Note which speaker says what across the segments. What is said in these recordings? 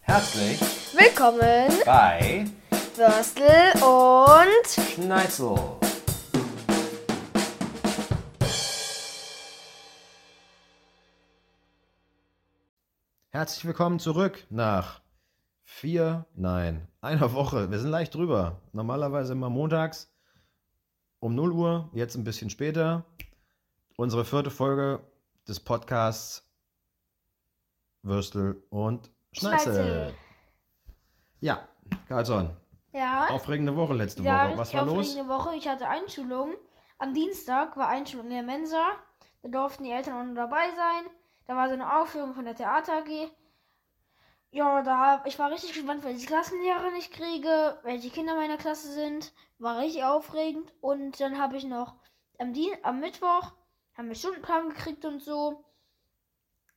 Speaker 1: Herzlich
Speaker 2: Willkommen,
Speaker 1: bei
Speaker 2: Würstel und
Speaker 1: Schneitzel. Herzlich willkommen zurück nach vier, nein, einer Woche. Wir sind leicht drüber. Normalerweise immer montags um 0 Uhr, jetzt ein bisschen später. Unsere vierte Folge des Podcasts Würstel und Schneizel.
Speaker 2: Schneizel.
Speaker 1: Ja, Karlsson,
Speaker 2: Ja,
Speaker 1: aufregende Woche letzte
Speaker 2: ja,
Speaker 1: Woche. Was
Speaker 2: richtig
Speaker 1: war los?
Speaker 2: aufregende Woche. Ich hatte Einschulung. Am Dienstag war Einschulung in der Mensa. Da durften die Eltern auch noch dabei sein. Da war so eine Aufführung von der Theater AG. Ja, da hab, ich war richtig gespannt, welche Klassenlehrer ich kriege, welche Kinder meiner Klasse sind. War richtig aufregend. Und dann habe ich noch am, Dien am Mittwoch haben wir Stundenplan gekriegt und so.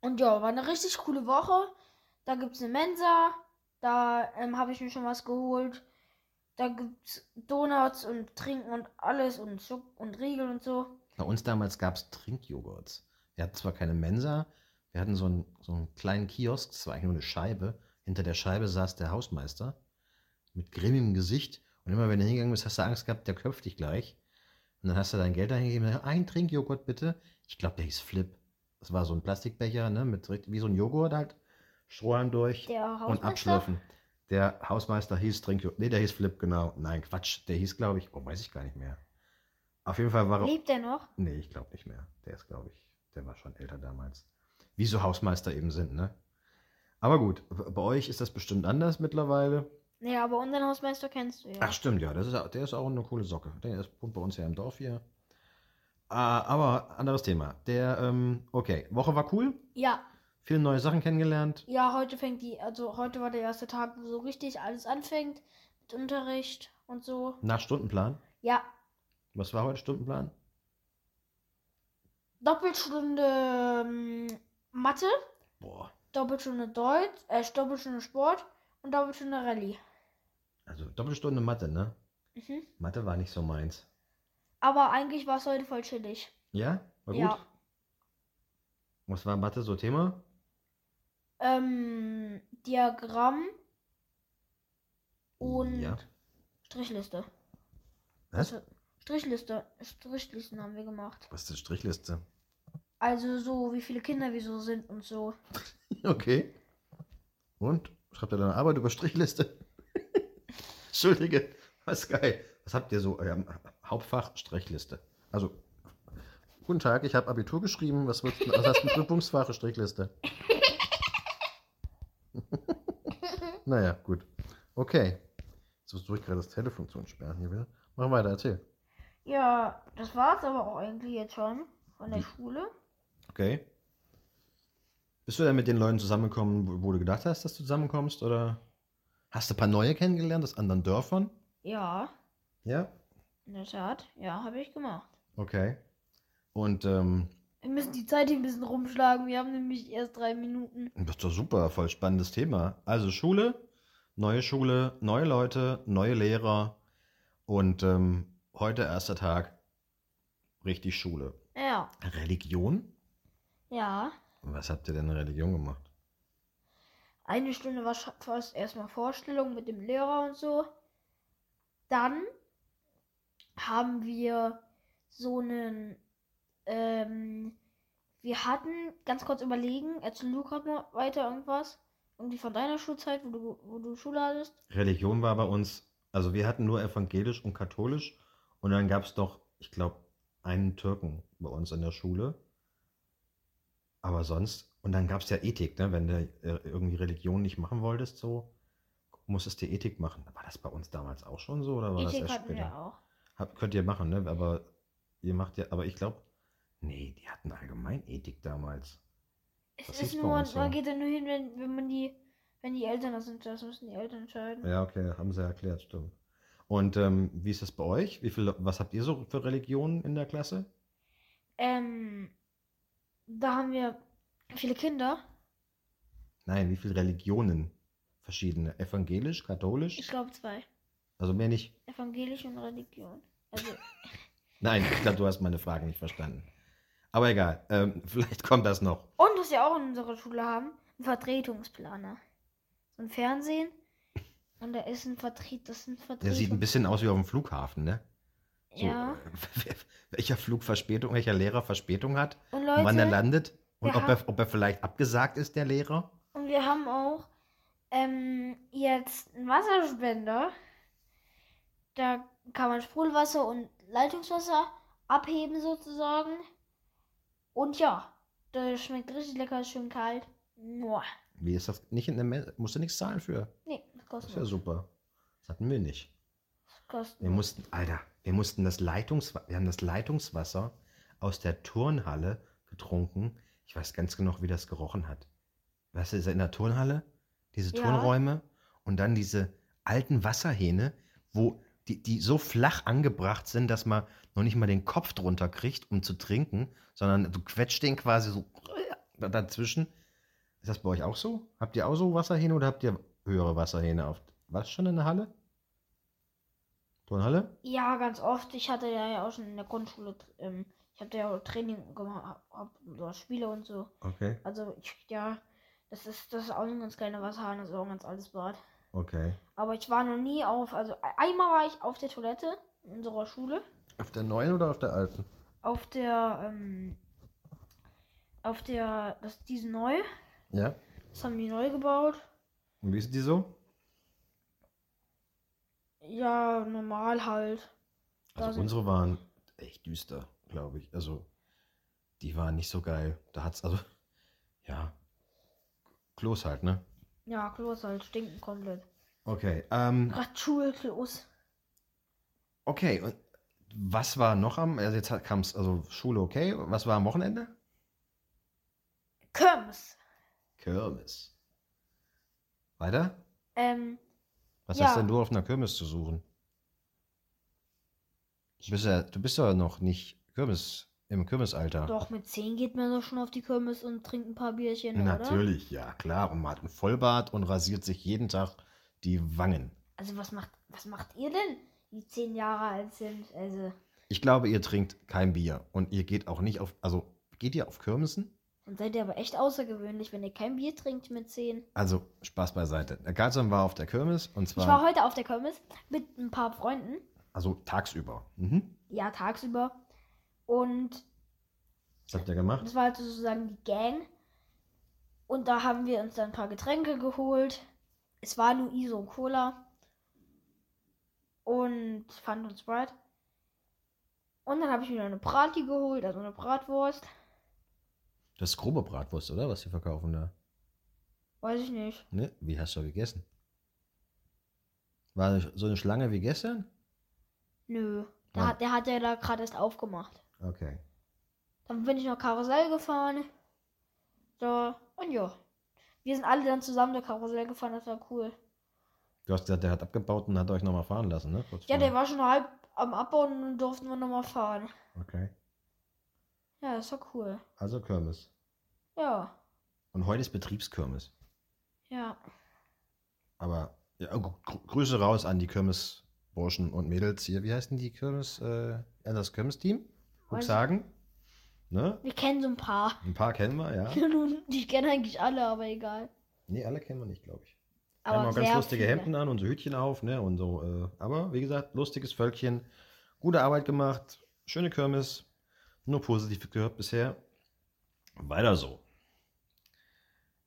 Speaker 2: Und ja, war eine richtig coole Woche. Da gibt es eine Mensa. Da ähm, habe ich mir schon was geholt. Da gibt's Donuts und Trinken und alles und Schuck und Riegel und so.
Speaker 1: Bei uns damals gab es Trinkjoghurts. Wir hatten zwar keine Mensa, wir hatten so einen, so einen kleinen Kiosk, das war eigentlich nur eine Scheibe. Hinter der Scheibe saß der Hausmeister mit grimmigem Gesicht. Und immer wenn du hingegangen bist, hast du Angst gehabt, der köpft dich gleich. Und dann hast du dein Geld eingegeben, ein Trinkjoghurt bitte. Ich glaube, der hieß Flip. Das war so ein Plastikbecher, ne, mit richt- wie so ein Joghurt halt. Strohhalm durch
Speaker 2: Der
Speaker 1: und
Speaker 2: Hausmeister.
Speaker 1: abschlürfen. Der Hausmeister hieß Trinkjoghurt. Nee, der hieß Flip, genau. Nein, Quatsch. Der hieß, glaube ich, oh, weiß ich gar nicht mehr. Auf jeden Fall war er
Speaker 2: Lebt er noch?
Speaker 1: Nee, ich glaube nicht mehr. Der ist, glaube ich, der war schon älter damals. Wie so Hausmeister eben sind, ne? Aber gut, b- bei euch ist das bestimmt anders mittlerweile.
Speaker 2: Nee, aber unseren Hausmeister kennst du ja.
Speaker 1: Ach stimmt, ja, das ist, auch- der ist auch eine coole Socke. Der ist wohnt bei uns ja im Dorf hier. Ah, aber anderes Thema. Der, ähm, okay, Woche war cool.
Speaker 2: Ja,
Speaker 1: Viele neue Sachen kennengelernt.
Speaker 2: ja, heute fängt die, also heute war der erste Tag, wo so richtig alles anfängt mit Unterricht und so.
Speaker 1: Nach Stundenplan.
Speaker 2: Ja,
Speaker 1: Was war heute Stundenplan?
Speaker 2: Doppelstunde ähm, Mathe,
Speaker 1: Boah,
Speaker 2: Doppelstunde Deutsch, äh, Doppelstunde Sport und Doppelstunde Rallye.
Speaker 1: also Doppelstunde Mathe, ne?
Speaker 2: Mhm.
Speaker 1: Mathe war nicht so meins.
Speaker 2: Aber eigentlich war es heute voll chillig.
Speaker 1: Ja? War gut?
Speaker 2: Ja.
Speaker 1: Was war Mathe so Thema?
Speaker 2: Ähm, Diagramm und
Speaker 1: Ja.
Speaker 2: Strichliste.
Speaker 1: Was?
Speaker 2: Also, Strichliste. Strichlisten haben wir gemacht.
Speaker 1: Was ist das Strichliste?
Speaker 2: Also so, wie viele Kinder wir so sind und so.
Speaker 1: Okay. Und? Schreibt ihr deine Arbeit über Strichliste? Entschuldige, was geil. Was habt ihr so? Ähm, Hauptfach Strichliste. Also, guten Tag, ich habe Abitur geschrieben. Was, willst, du- was hast du Prüfungsfach Strichliste? naja, gut. Okay. Jetzt versuche ich gerade das Telefon zu entsperren hier wieder. Mach weiter, erzähl.
Speaker 2: Ja, das war's aber auch eigentlich jetzt schon von der
Speaker 1: Wie-
Speaker 2: Schule.
Speaker 1: Okay. Bist du denn mit den Leuten zusammengekommen, wo- wo du gedacht hast, dass du zusammenkommst? Oder hast du ein paar neue kennengelernt aus anderen Dörfern?
Speaker 2: Ja,
Speaker 1: Ja.
Speaker 2: in der Tat. Ja, habe ich gemacht.
Speaker 1: Okay. Und ähm,
Speaker 2: Wir müssen die Zeit hier ein bisschen rumschlagen. Wir haben nämlich erst drei Minuten.
Speaker 1: das ist doch super, voll spannendes Thema. Also Schule, neue Schule, neue Leute, neue Lehrer und ähm, heute erster Tag richtig Schule.
Speaker 2: Ja,
Speaker 1: Religion?
Speaker 2: ja.
Speaker 1: Was habt ihr denn in Religion gemacht?
Speaker 2: Eine Stunde war scha- fast erstmal Vorstellung mit dem Lehrer und so. Dann haben wir so einen. Ähm, wir hatten ganz kurz überlegen, erzähl du gerade mal weiter irgendwas. Irgendwie von deiner Schulzeit, wo du, wo du Schule hattest.
Speaker 1: Religion war bei uns, also wir hatten nur evangelisch und katholisch und dann gab es noch, ich glaube, einen Türken bei uns in der Schule. Aber sonst, und dann gab es ja Ethik, ne? wenn du äh, irgendwie Religion nicht machen wolltest, so musstest du Ethik machen. War das bei uns damals auch schon so oder war das
Speaker 2: Ethik
Speaker 1: erst
Speaker 2: hatten
Speaker 1: später?
Speaker 2: wir auch.
Speaker 1: Hab, könnt ihr machen, ne? Aber ihr macht ja, aber ich glaube, nee, die hatten allgemein Ethik damals.
Speaker 2: Es
Speaker 1: Das
Speaker 2: ist
Speaker 1: ist bei
Speaker 2: nur,
Speaker 1: uns so.
Speaker 2: man geht da nur hin, wenn, wenn man die, wenn die Eltern das sind, das müssen die Eltern entscheiden.
Speaker 1: Ja, okay, haben sie ja erklärt, stimmt. Und ähm, wie ist das bei euch? Wie viele, was habt ihr so für Religionen in der Klasse?
Speaker 2: Ähm, da haben wir viele Kinder.
Speaker 1: Nein, wie viele Religionen? Verschiedene. Evangelisch,
Speaker 2: Ich
Speaker 1: katholisch?
Speaker 2: glaube zwei.
Speaker 1: Also mehr nicht.
Speaker 2: Evangelische und Religion. Also,
Speaker 1: Nein, ich glaube, du hast meine Frage nicht verstanden. Aber egal, ähm, vielleicht kommt das noch.
Speaker 2: und was wir auch in unserer Schule haben, einen Vertretungsplaner. so ein Fernsehen. Und da ist ein Vertrieb, das ist ein Vertrieb.
Speaker 1: Der sieht ein
Speaker 2: und-
Speaker 1: bisschen aus wie auf dem Flughafen, ne? So,
Speaker 2: Ja.
Speaker 1: äh, welcher Flug Verspätung, welcher Lehrer Verspätung hat,
Speaker 2: Und
Speaker 1: und wann er
Speaker 2: Leute,
Speaker 1: landet und
Speaker 2: wir
Speaker 1: ob er, ob er vielleicht abgesagt ist, der Lehrer.
Speaker 2: und wir haben auch ähm, jetzt einen Wasserspender. Da kann man Sprudelwasser und Leitungswasser abheben sozusagen. Und ja, das schmeckt richtig lecker, ist schön kalt. Mua.
Speaker 1: Wie ist das? Nicht in der Me musst du nichts zahlen für.
Speaker 2: Nee, das
Speaker 1: Das
Speaker 2: kostet
Speaker 1: ist ja super. Das hatten wir nicht.
Speaker 2: Das kostet
Speaker 1: Wir mussten, Alter, wir mussten das Leitungswasser, wir haben das Leitungswasser aus der Turnhalle getrunken. Ich weiß ganz genau, wie das gerochen hat. Weißt du, ist in der Turnhalle, diese
Speaker 2: Ja.
Speaker 1: Turnräume und dann diese alten Wasserhähne, wo die, die so flach angebracht sind, dass man noch nicht mal den Kopf drunter kriegt, um zu trinken, sondern du quetscht den quasi so da- dazwischen. Ist das bei euch auch so? Habt ihr auch so Wasserhähne oder habt ihr höhere Wasserhähne auf? Was schon in der Halle? Turnhalle?
Speaker 2: Ja, ganz oft. Ich hatte ja ja auch schon in der Grundschule, ähm, ich habe da ja auch Training gemacht, hab, so Spiele und so.
Speaker 1: Okay,
Speaker 2: Also ich, ja, das ist, das ist auch ein ganz kleiner Wasserhahn, das ist auch ein ganz altes Bad.
Speaker 1: okay.
Speaker 2: Aber ich war noch nie auf, also e- einmal war ich auf der Toilette in unserer Schule,
Speaker 1: Auf der neuen oder auf der alten?
Speaker 2: auf der, ähm, auf der, das ist diese neu,
Speaker 1: Ja.
Speaker 2: das haben die neu gebaut.
Speaker 1: Und wie ist die so?
Speaker 2: Ja, normal halt. Da
Speaker 1: Also
Speaker 2: sind-
Speaker 1: unsere waren echt düster, glaube ich. Also die waren nicht so geil. Da hat's also ja Klos halt, ne?
Speaker 2: Ja, Klos halt, stinken komplett.
Speaker 1: Okay. Ähm,
Speaker 2: Gerade Schulklos.
Speaker 1: okay. Und was war noch am? Also jetzt kam es also Schule okay. Was war am Wochenende?
Speaker 2: Kirmes.
Speaker 1: Kirmes. Weiter?
Speaker 2: Ähm,
Speaker 1: Was
Speaker 2: Ja.
Speaker 1: hast denn du auf einer Kirmes zu suchen? Du bist ja, du bist ja noch nicht Kirmes im Kirmesalter.
Speaker 2: Doch, mit 10 geht man doch schon auf die Kirmes und trinkt ein paar Bierchen, oder?
Speaker 1: Natürlich, ja, klar. Und man hat einen Vollbart und rasiert sich jeden Tag die Wangen.
Speaker 2: Also was macht, was macht ihr denn, die 10 Jahre alt sind? Also,
Speaker 1: Ich glaube, ihr trinkt kein Bier und ihr geht auch nicht auf, also geht ihr auf Kirmesen?
Speaker 2: dann seid ihr aber echt außergewöhnlich, wenn ihr kein Bier trinkt mit 10.
Speaker 1: Also Spaß beiseite. Der Carlson war auf der Kirmes und
Speaker 2: Ich war
Speaker 1: zwar
Speaker 2: heute auf der Kirmes mit ein paar Freunden,
Speaker 1: also tagsüber. Mhm.
Speaker 2: ja, tagsüber. Und
Speaker 1: Was habt ihr gemacht?
Speaker 2: das war halt sozusagen die Gang. Und da haben wir uns dann ein paar Getränke geholt. Es war nur ISO und Cola. Und Pfand und Sprite. Und dann habe ich mir noch eine Brati geholt, also eine Bratwurst.
Speaker 1: Das ist grobe Bratwurst, oder? Was die verkaufen da.
Speaker 2: Weiß ich nicht.
Speaker 1: Ne? Wie hast du gegessen? War so eine Schlange wie gestern?
Speaker 2: Nö. Der
Speaker 1: Mann.
Speaker 2: hat, der hat ja da gerade erst aufgemacht.
Speaker 1: Okay.
Speaker 2: Dann bin ich noch Karussell gefahren. So, und ja. Wir sind alle dann zusammen der Karussell gefahren, das war cool.
Speaker 1: Du hast gesagt, der hat abgebaut und hat euch nochmal fahren lassen, ne? Kurz
Speaker 2: Ja, der
Speaker 1: vorher.
Speaker 2: war schon halb am Abbauen und dann durften wir nochmal fahren.
Speaker 1: Okay.
Speaker 2: Ja, das war cool.
Speaker 1: Also Kirmes.
Speaker 2: Ja,
Speaker 1: Und heute ist Betriebskirmes.
Speaker 2: ja.
Speaker 1: Aber ja, gr- gr- Grüße raus an die Kirmes-Burschen und Mädels hier. Wie heißen die Kirmes? Äh, ja, das Kirmes-Team? Huxhagen? Ne?
Speaker 2: Wir kennen so ein paar.
Speaker 1: Ein paar kennen wir, ja.
Speaker 2: Nun, Ich kenne eigentlich alle, aber egal.
Speaker 1: Nee, alle kennen wir nicht, glaube ich. Die
Speaker 2: Aber
Speaker 1: haben auch ganz
Speaker 2: sehr
Speaker 1: lustige
Speaker 2: viele.
Speaker 1: Hemden an und so Hütchen auf, ne? Und so. Äh, aber wie gesagt, lustiges Völkchen. Gute Arbeit gemacht. Schöne Kirmes. Nur positiv gehört bisher. Weiter so.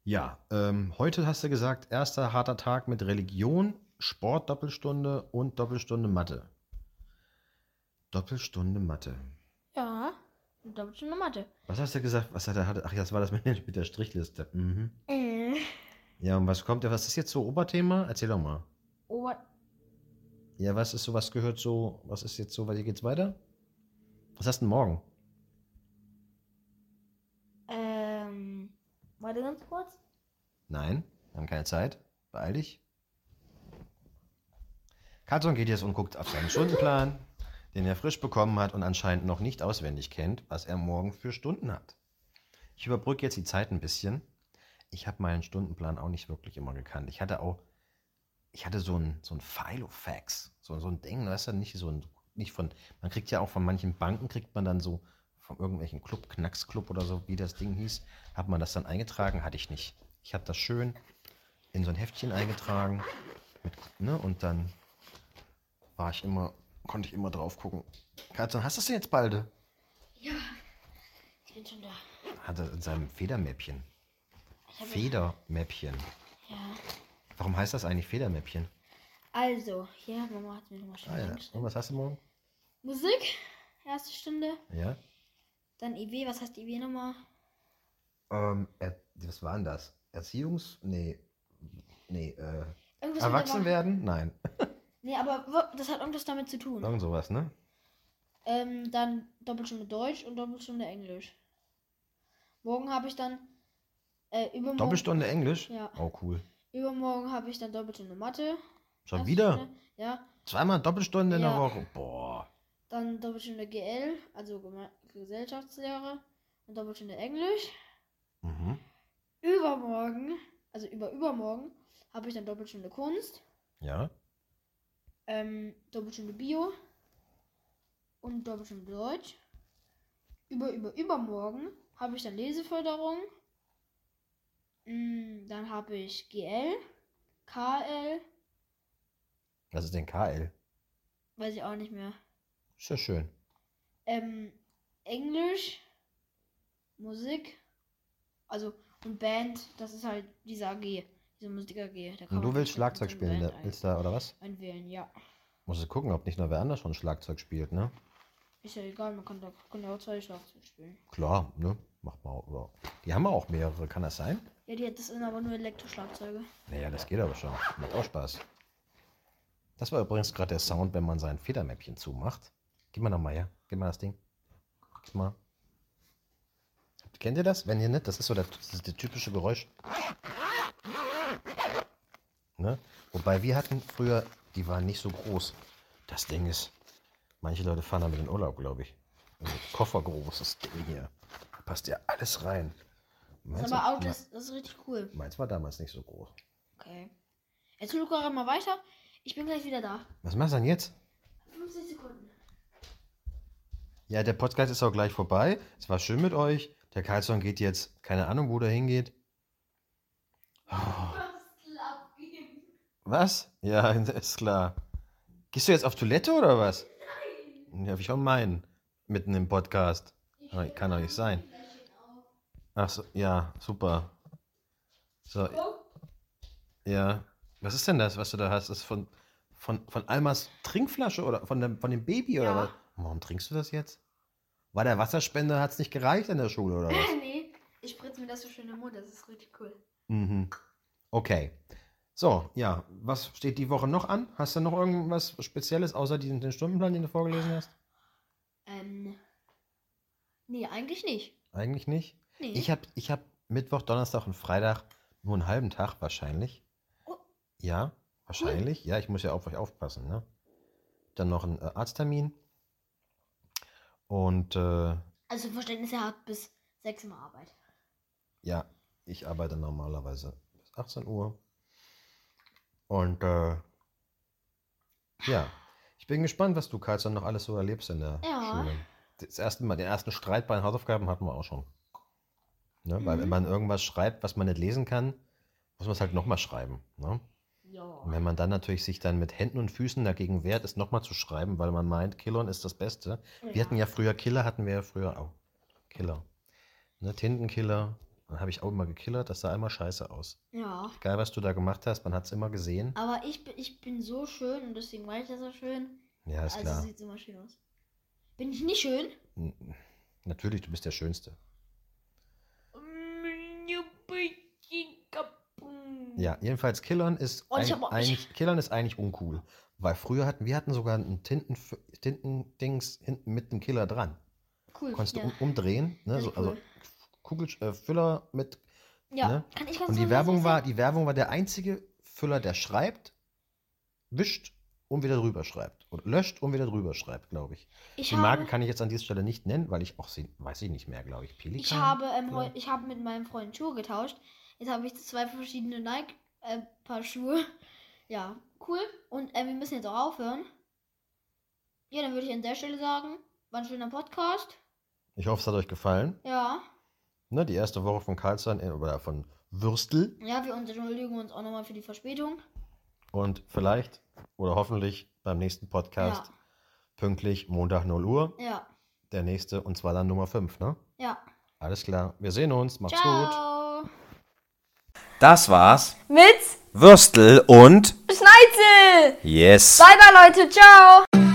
Speaker 1: Ja, ähm, heute hast du gesagt, erster harter Tag mit Religion, Sport, Doppelstunde und Doppelstunde Mathe. Doppelstunde Mathe.
Speaker 2: Ja. Und damit schon eine Mathe.
Speaker 1: Was hast du gesagt? Was hat er hatte? Ach, ja, das war das mit der- mit der Strichliste. Mhm.
Speaker 2: Äh.
Speaker 1: Ja, und was kommt? Was ist jetzt so Oberthema? Erzähl doch mal.
Speaker 2: Ober
Speaker 1: Ja, was ist so, was gehört so, was ist jetzt so, weil hier geht's weiter? Was hast du denn morgen?
Speaker 2: ähm. Warte ganz kurz.
Speaker 1: Nein, wir haben keine Zeit. Beeil dich. Karton geht jetzt und guckt auf seinen Stundenplan, den er frisch bekommen hat und anscheinend noch nicht auswendig kennt, was er morgen für Stunden hat. Ich überbrücke jetzt die Zeit ein bisschen. Ich habe meinen Stundenplan auch nicht wirklich immer gekannt. Ich hatte auch, ich hatte so ein, so ein Filofax, so, so ein Ding, das ist ja nicht so ein, nicht von, man kriegt ja auch von manchen Banken, kriegt man dann so, von irgendwelchen Club, Knacksclub oder so, wie das Ding hieß, hat man das dann eingetragen, hatte ich nicht. Ich habe das schön in so ein Heftchen eingetragen. Mit, ne? Und dann war ich immer, konnte ich immer drauf gucken. Katze, hast du das denn jetzt bald?
Speaker 2: Ja, ich bin schon da.
Speaker 1: Hat er in seinem Federmäppchen.
Speaker 2: Ich hab-
Speaker 1: Federmäppchen.
Speaker 2: Ja.
Speaker 1: Warum heißt das eigentlich Federmäppchen?
Speaker 2: Also, hier, Mama hat mir nochmal schon
Speaker 1: Ah, ja.
Speaker 2: reingeschrieben.
Speaker 1: Und was hast du morgen?
Speaker 2: Musik, erste Stunde.
Speaker 1: Ja.
Speaker 2: Dann IW, was heißt IW nochmal?
Speaker 1: Ähm, er, was war denn das? Erziehungs. Nee. Nee, äh.
Speaker 2: Irgendwas mit
Speaker 1: Erwachsen
Speaker 2: der-
Speaker 1: werden? Nein.
Speaker 2: Nee, aber wo- das hat irgendwas damit zu tun.
Speaker 1: Irgend sowas, ne?
Speaker 2: Ähm, dann Doppelstunde Deutsch und Doppelstunde Englisch. Morgen habe ich dann äh, übermorgen,
Speaker 1: Doppelstunde Englisch?
Speaker 2: Ja.
Speaker 1: Oh, cool.
Speaker 2: übermorgen habe ich dann Doppelstunde Mathe.
Speaker 1: Schon
Speaker 2: erste
Speaker 1: wieder?
Speaker 2: Stunde, ja,
Speaker 1: Zweimal Doppelstunde in der
Speaker 2: Ja.
Speaker 1: Woche. Boah.
Speaker 2: dann Doppelstunde GL, also Geme Gesellschaftslehre und Doppelstunde Englisch.
Speaker 1: Mhm.
Speaker 2: Übermorgen, also über übermorgen habe ich dann Doppelstunde Kunst,
Speaker 1: Ja.
Speaker 2: ähm, Doppelstunde Bio und Doppelstunde Deutsch. Über über übermorgen habe ich dann Leseförderung. Mm, dann habe ich GL, KL,
Speaker 1: Was ist denn KL?
Speaker 2: weiß ich auch nicht mehr.
Speaker 1: Ist ja schön.
Speaker 2: Ähm, Englisch, Musik, also und Band, das ist halt diese AG, diese Musik AG. Da kann
Speaker 1: Und du
Speaker 2: man
Speaker 1: willst
Speaker 2: sich
Speaker 1: Schlagzeug
Speaker 2: dann
Speaker 1: spielen,
Speaker 2: Band
Speaker 1: da-
Speaker 2: ein-
Speaker 1: willst da, oder was?
Speaker 2: einwählen, ja.
Speaker 1: Muss ich gucken, ob nicht noch wer anders schon Schlagzeug spielt, ne?
Speaker 2: Ist ja egal, man kann da kann ja auch zwei Schlagzeug spielen.
Speaker 1: Klar, ne? Macht mal. Oder. Die haben auch mehrere, kann das sein?
Speaker 2: Ja, die hat das sind aber nur Elektroschlagzeuge.
Speaker 1: Naja, das geht aber schon. Macht auch Spaß. Das war übrigens gerade der Sound, wenn man sein Federmäppchen zumacht. Gib mal nochmal her. Gib mal das Ding. Gib mal. Kennt ihr das? Wenn ihr nicht, das ist so der, das ist der typische Geräusch. Ne? Wobei wir hatten früher, die waren nicht so groß. Das Ding ist, manche Leute fahren damit in Urlaub, glaube ich. Also koffergroßes Ding hier. Da passt ja alles rein.
Speaker 2: Das
Speaker 1: Meins,
Speaker 2: ist aber auch,
Speaker 1: war-
Speaker 2: das, das ist richtig cool.
Speaker 1: meins war damals nicht so groß.
Speaker 2: Okay. Erzähl du gerade mal weiter. Ich bin gleich wieder da.
Speaker 1: Was machst du denn jetzt?
Speaker 2: 50 Sekunden.
Speaker 1: Ja, der Podcast ist auch gleich vorbei. Es war schön mit euch. Der Karlsson geht jetzt, keine Ahnung, wo der hingeht. Ah. Was? Ja, ist klar. Gehst du jetzt auf Toilette oder was? Nein. Ja, hab ich auch meinen. Mitten im Podcast. Aber Kann doch nicht sein. Ach so, ja, super. So, ja. Was ist denn das, was du da hast? Ist von, von, von Almas Trinkflasche oder von dem, von dem Baby oder
Speaker 2: Ja.
Speaker 1: was? Warum trinkst du das jetzt? War der Wasserspender, hat es nicht gereicht in der Schule oder was?
Speaker 2: nee, ich spritze mir das so schön im Mund, das ist richtig cool.
Speaker 1: Mhm. Okay. So, ja, was steht die Woche noch an? Hast du noch irgendwas Spezielles außer diesen, den Stundenplan, den du vorgelesen hast?
Speaker 2: Ähm. Nee, eigentlich nicht.
Speaker 1: Eigentlich nicht.
Speaker 2: Nee.
Speaker 1: Ich habe ich hab Mittwoch, Donnerstag und Freitag nur einen halben Tag wahrscheinlich.
Speaker 2: Oh.
Speaker 1: Ja, wahrscheinlich. Ja, ich muss ja auf euch aufpassen. Ne? Dann noch einen äh, Arzttermin. Und äh,
Speaker 2: also Verständnis, er hat bis 6 Uhr Arbeit.
Speaker 1: ja, ich arbeite normalerweise bis 18 Uhr. Und äh, ja, ich bin gespannt, was du, Karlsson, noch alles so erlebst in der
Speaker 2: Ja.
Speaker 1: Schule. Das erste Mal, den ersten Streit bei den Hausaufgaben hatten wir auch schon. Ne? Weil
Speaker 2: Mhm.
Speaker 1: wenn man irgendwas schreibt, was man nicht lesen kann, muss man es halt nochmal schreiben. Ne?
Speaker 2: Ja.
Speaker 1: Und wenn man dann natürlich sich dann mit Händen und Füßen dagegen wehrt, es nochmal zu schreiben, weil man meint, Killon ist das Beste. Wir hatten ja früher Killer, hatten wir ja früher auch. Killer. Ne, Tintenkiller. Dann habe ich auch immer gekillert, das sah immer scheiße aus.
Speaker 2: Ja.
Speaker 1: Egal, was du da gemacht hast, man hat es immer gesehen.
Speaker 2: Aber ich, bin- ich bin so schön und deswegen war ich ja so schön.
Speaker 1: Ja, ist
Speaker 2: also
Speaker 1: klar.
Speaker 2: sieht immer schön aus. Bin ich nicht schön?
Speaker 1: N- Natürlich, du bist der Schönste. Ja, jedenfalls Killern ist,
Speaker 2: Mhm. Und ich
Speaker 1: ein,
Speaker 2: hab auch-
Speaker 1: eigentlich, Killern ist eigentlich uncool. Weil früher hatten wir hatten sogar ein Tinten, Tintendings hinten mit dem Killer dran.
Speaker 2: Cool.
Speaker 1: Konntest
Speaker 2: ja.
Speaker 1: du um, umdrehen, ne?
Speaker 2: Das
Speaker 1: so,
Speaker 2: ist
Speaker 1: also
Speaker 2: cool.
Speaker 1: Kugel, äh, Füller mit.
Speaker 2: ja.
Speaker 1: ne?
Speaker 2: Kann ich ganz
Speaker 1: Und die
Speaker 2: kurz
Speaker 1: Werbung
Speaker 2: was
Speaker 1: war,
Speaker 2: erzählen?
Speaker 1: die Werbung war der einzige Füller, der schreibt, wischt und wieder drüber schreibt. Und löscht und wieder drüber schreibt, glaube ich.
Speaker 2: ich
Speaker 1: Die Marke
Speaker 2: habe,
Speaker 1: kann ich jetzt an dieser Stelle nicht nennen, weil ich auch sie, weiß ich nicht mehr, glaube ich. Pelikan.
Speaker 2: ich habe, ähm, heu,
Speaker 1: vielleicht?
Speaker 2: ich habe mit meinem Freund Schuhe getauscht. Jetzt habe ich zwei verschiedene Nike äh, Paar Schuhe. Ja, cool. Und äh, wir müssen jetzt auch aufhören. Ja, dann würde ich an der Stelle sagen, war ein schöner Podcast.
Speaker 1: Ich hoffe, es hat euch gefallen.
Speaker 2: Ja.
Speaker 1: Ne, die erste Woche von Karlsson äh, oder von, Würstel.
Speaker 2: Ja, wir entschuldigen uns auch nochmal für die Verspätung.
Speaker 1: Und vielleicht oder hoffentlich beim nächsten Podcast pünktlich Montag 0 Uhr.
Speaker 2: Ja, ja,
Speaker 1: Der nächste und zwar dann Nummer 5, ne?
Speaker 2: ja.
Speaker 1: Alles klar. Wir sehen uns. Macht's gut.
Speaker 2: Ciao.
Speaker 3: Das war's.
Speaker 4: Mit
Speaker 3: Würstel und
Speaker 4: Schneizel.
Speaker 3: Yes.
Speaker 4: Bye bye Leute, ciao.